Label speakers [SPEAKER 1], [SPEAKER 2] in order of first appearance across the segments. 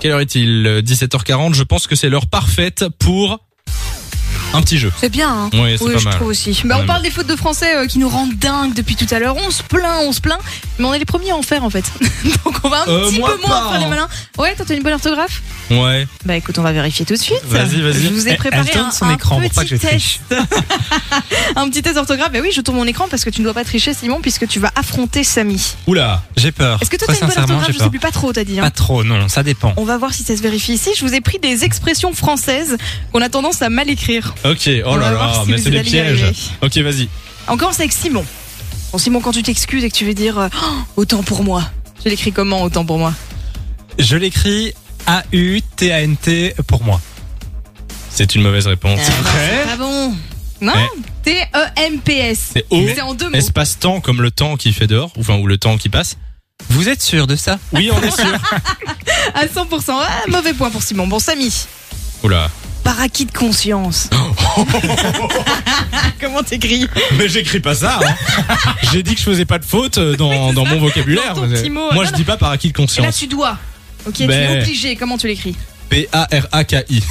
[SPEAKER 1] Quelle heure est-il Euh, 17h40, je pense que c'est l'heure parfaite pour un petit jeu.
[SPEAKER 2] C'est bien,
[SPEAKER 3] Mm,
[SPEAKER 2] hein
[SPEAKER 1] Oui, c'est
[SPEAKER 2] Oui,
[SPEAKER 1] pas
[SPEAKER 2] je
[SPEAKER 1] mal.
[SPEAKER 2] trouve aussi. Bah,
[SPEAKER 1] Ouais,
[SPEAKER 2] on parle des fautes de français euh, qui nous rendent dingues depuis tout à l'heure. On se plaint, on se plaint, mais on est les premiers à en faire en fait. Donc on va un
[SPEAKER 1] Euh,
[SPEAKER 2] petit
[SPEAKER 1] moi
[SPEAKER 2] peu moins
[SPEAKER 1] pas,
[SPEAKER 2] faire les
[SPEAKER 1] hein.
[SPEAKER 2] malins. Ouais, toi t'as une bonne orthographe
[SPEAKER 1] Ouais,
[SPEAKER 2] Bah écoute, on va vérifier tout de suite.
[SPEAKER 1] Vas-y, vas-y. Eh,
[SPEAKER 2] Je vous ai
[SPEAKER 3] Elle-
[SPEAKER 2] préparé
[SPEAKER 3] elle tourne
[SPEAKER 2] un,
[SPEAKER 3] son
[SPEAKER 2] un
[SPEAKER 3] écran
[SPEAKER 2] petit
[SPEAKER 3] pour pas que je
[SPEAKER 2] test. un petit test d'orthographe. Bah oui, je tourne mon écran parce que tu ne dois pas tricher Simon puisque tu vas affronter Samy.
[SPEAKER 1] oula.
[SPEAKER 3] J'ai peur.
[SPEAKER 2] Est-ce que toi
[SPEAKER 3] Très
[SPEAKER 2] t'as une bonne
[SPEAKER 3] sincèrement,
[SPEAKER 2] orthographe
[SPEAKER 3] j'ai
[SPEAKER 2] Je sais
[SPEAKER 3] peur.
[SPEAKER 2] plus pas trop, t'as dit. hein.
[SPEAKER 3] Pas trop, non, ça dépend.
[SPEAKER 2] On va voir si ça se vérifie ici. Je vous ai pris des expressions françaises qu'on a tendance à mal écrire.
[SPEAKER 1] Ok, oh
[SPEAKER 2] On
[SPEAKER 1] là
[SPEAKER 2] va voir
[SPEAKER 1] là,
[SPEAKER 2] si
[SPEAKER 1] mais
[SPEAKER 2] vous
[SPEAKER 1] c'est des
[SPEAKER 2] allez y arriver.
[SPEAKER 1] pièges. Ok, vas-y.
[SPEAKER 2] On commence avec Simon. Bon, Simon, quand tu t'excuses et que tu veux dire euh, Oh, autant pour moi, tu l'écris comment autant pour moi
[SPEAKER 3] Je l'écris A-U-T-A-N-T pour moi.
[SPEAKER 1] C'est une mauvaise réponse.
[SPEAKER 3] Vrai
[SPEAKER 2] Ah bon Non E
[SPEAKER 1] Ouais.
[SPEAKER 2] T-E-M-P-S.
[SPEAKER 1] C'est O,
[SPEAKER 2] C'est en deux mots.
[SPEAKER 1] espace-temps comme le temps qui fait dehors, ou enfin, ou le temps qui passe.
[SPEAKER 3] Vous êtes sûr de ça
[SPEAKER 1] Oui, on est sûr.
[SPEAKER 2] À 100%. Ah, mauvais point pour Simon. Bon, Samy,
[SPEAKER 1] Oula.
[SPEAKER 2] par acquis de conscience. Comment t'écris
[SPEAKER 1] Mais j'écris pas ça. hein. J'ai dit que je faisais pas de faute euh, dans, dans mon vocabulaire.
[SPEAKER 2] Dans ton
[SPEAKER 1] mais-
[SPEAKER 2] petit mot.
[SPEAKER 1] Moi,
[SPEAKER 2] Non,
[SPEAKER 1] je dis pas par acquis de
[SPEAKER 2] Et là,
[SPEAKER 1] conscience.
[SPEAKER 2] tu dois. Ok, tu
[SPEAKER 1] Ben.
[SPEAKER 2] es obligé. Comment tu l'écris
[SPEAKER 1] P-A-R-A-K-I.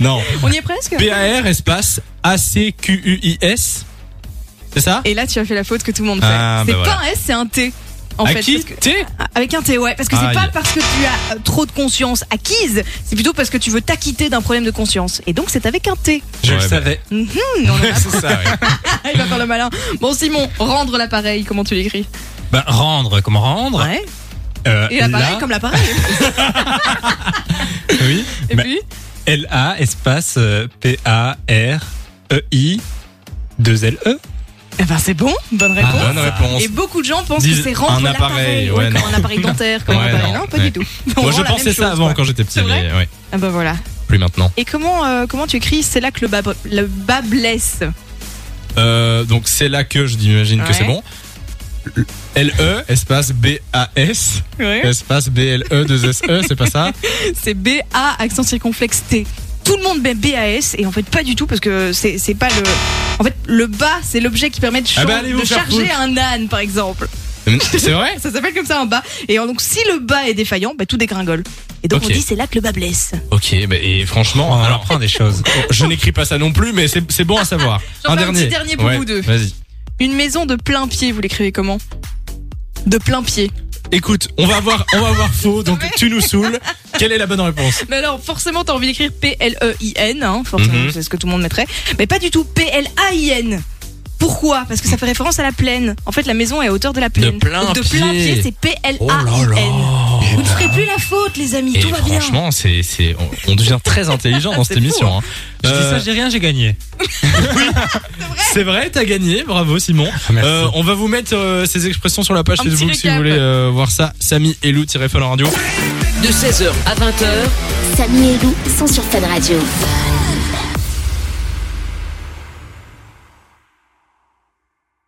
[SPEAKER 1] Non.
[SPEAKER 2] On y est presque
[SPEAKER 1] P-A-R espace A-C-Q-U-I-S. C'est ça
[SPEAKER 2] Et là, tu as fait la faute que tout le monde fait.
[SPEAKER 1] Ah,
[SPEAKER 2] c'est
[SPEAKER 1] ben
[SPEAKER 2] pas
[SPEAKER 1] voilà.
[SPEAKER 2] un S, c'est un T. En fait,
[SPEAKER 1] Acquis
[SPEAKER 2] parce que-
[SPEAKER 1] T
[SPEAKER 2] Avec un T, ouais, parce que c'est
[SPEAKER 1] Aïe.
[SPEAKER 2] pas parce que tu as euh, trop de conscience acquise, c'est plutôt parce que tu veux t'acquitter d'un problème de conscience. Et donc c'est avec un T.
[SPEAKER 3] Je
[SPEAKER 1] Ouais,
[SPEAKER 3] le
[SPEAKER 1] bah.
[SPEAKER 3] savais.
[SPEAKER 2] Non, non,
[SPEAKER 3] C'est ça, ouais.
[SPEAKER 2] il va faire le malin. Bon, Simon, rendre l'appareil, comment tu l'écris
[SPEAKER 3] Bah, rendre, comment rendre
[SPEAKER 2] Ouais.
[SPEAKER 3] Euh,
[SPEAKER 2] Et l'appareil
[SPEAKER 3] là,
[SPEAKER 2] comme l'appareil.
[SPEAKER 3] Oui.
[SPEAKER 2] Et
[SPEAKER 3] Bah,
[SPEAKER 2] puis
[SPEAKER 3] L-A espace euh,
[SPEAKER 1] E
[SPEAKER 3] P-A-R-E-I 2-L-E.
[SPEAKER 2] Eh ben c'est bon, bonne réponse.
[SPEAKER 3] Ah,
[SPEAKER 1] Bonne réponse.
[SPEAKER 2] Et beaucoup de gens pensent
[SPEAKER 1] bah, Disent
[SPEAKER 2] que c'est rendre
[SPEAKER 1] un appareil, ouais,
[SPEAKER 2] l'appareil, comme
[SPEAKER 1] non.
[SPEAKER 2] un appareil dentaire, comme un
[SPEAKER 1] Ouais,
[SPEAKER 2] appareil.
[SPEAKER 1] non,
[SPEAKER 2] Non, pas
[SPEAKER 1] ouais.
[SPEAKER 2] du tout. On
[SPEAKER 1] Moi, je
[SPEAKER 2] rend la
[SPEAKER 1] pensais
[SPEAKER 2] même
[SPEAKER 1] ça
[SPEAKER 2] chose,
[SPEAKER 1] avant
[SPEAKER 2] quoi.
[SPEAKER 1] quand j'étais petit,
[SPEAKER 2] C'est
[SPEAKER 1] mais ouais,
[SPEAKER 2] Ah bah voilà.
[SPEAKER 1] plus maintenant.
[SPEAKER 2] Et comment euh, comment tu écris C'est là que le bas le bas blesse.
[SPEAKER 1] Euh, donc, c'est là que je j'imagine que
[SPEAKER 2] Ouais.
[SPEAKER 1] c'est bon. L-E espace B-A-S
[SPEAKER 2] Ouais.
[SPEAKER 1] espace E, B-L-E 2-S-E, c'est pas ça
[SPEAKER 2] c'est BA accent circonflexe T. Tout le monde met BAS et en fait pas du tout parce que c'est c'est pas le. En fait, le bas, c'est l'objet qui permet de,
[SPEAKER 1] Ah bah,
[SPEAKER 2] chan-
[SPEAKER 1] allez vous
[SPEAKER 2] de
[SPEAKER 1] faire
[SPEAKER 2] charger
[SPEAKER 1] foutre.
[SPEAKER 2] un âne, par exemple.
[SPEAKER 1] C'est vrai
[SPEAKER 2] Ça s'appelle comme ça un bas. Et donc, si le bas est défaillant, bah, tout dégringole. Et donc,
[SPEAKER 1] Ok.
[SPEAKER 2] on dit c'est là que le bas blesse.
[SPEAKER 1] Ok, bah, et
[SPEAKER 3] On
[SPEAKER 1] franchement, alors,
[SPEAKER 3] apprend des choses.
[SPEAKER 1] je n'écris pas ça non plus, mais c'est c'est bon à savoir.
[SPEAKER 2] J'en fais un petit dernier pour
[SPEAKER 1] Ouais,
[SPEAKER 2] vous deux.
[SPEAKER 1] Vas-y.
[SPEAKER 2] Une maison de plein pied, vous l'écrivez comment De plein pied.
[SPEAKER 1] Écoute, on va voir, on va voir faux, donc tu nous saoules. Quelle est la bonne réponse
[SPEAKER 2] Mais alors, forcément, t'as envie d'écrire P-L-E-I-N, hein, forcément,
[SPEAKER 1] Mhm.
[SPEAKER 2] c'est ce que tout le monde mettrait. Mais pas du tout P-L-A-I-N. Pourquoi Parce que ça fait référence à la plaine. En fait, la maison est à hauteur de la plaine.
[SPEAKER 1] De plein
[SPEAKER 2] Donc, de
[SPEAKER 1] pied. Oh
[SPEAKER 2] plein pied, c'est P-L-A-I-N. Vous ne ferez plus la faute, les amis,
[SPEAKER 1] Et
[SPEAKER 2] tout va bien.
[SPEAKER 1] franchement, c'est, c'est, on, on devient très intelligent dans
[SPEAKER 2] C'est
[SPEAKER 1] cette
[SPEAKER 2] fou,
[SPEAKER 1] émission. hein.
[SPEAKER 3] Je dis
[SPEAKER 1] Euh,
[SPEAKER 3] ça, j'ai rien, j'ai gagné.
[SPEAKER 1] c'est vrai, t'as gagné, bravo Simon.
[SPEAKER 3] merci.
[SPEAKER 1] Euh, on va vous mettre euh, ces expressions sur la page
[SPEAKER 2] Un petit
[SPEAKER 1] Facebook si vous
[SPEAKER 2] récap.
[SPEAKER 1] voulez euh, voir ça. Samy et Lou, Fun Radio.
[SPEAKER 4] de 16h à 20h.
[SPEAKER 5] Samy et Lou sont sur Fan Radio.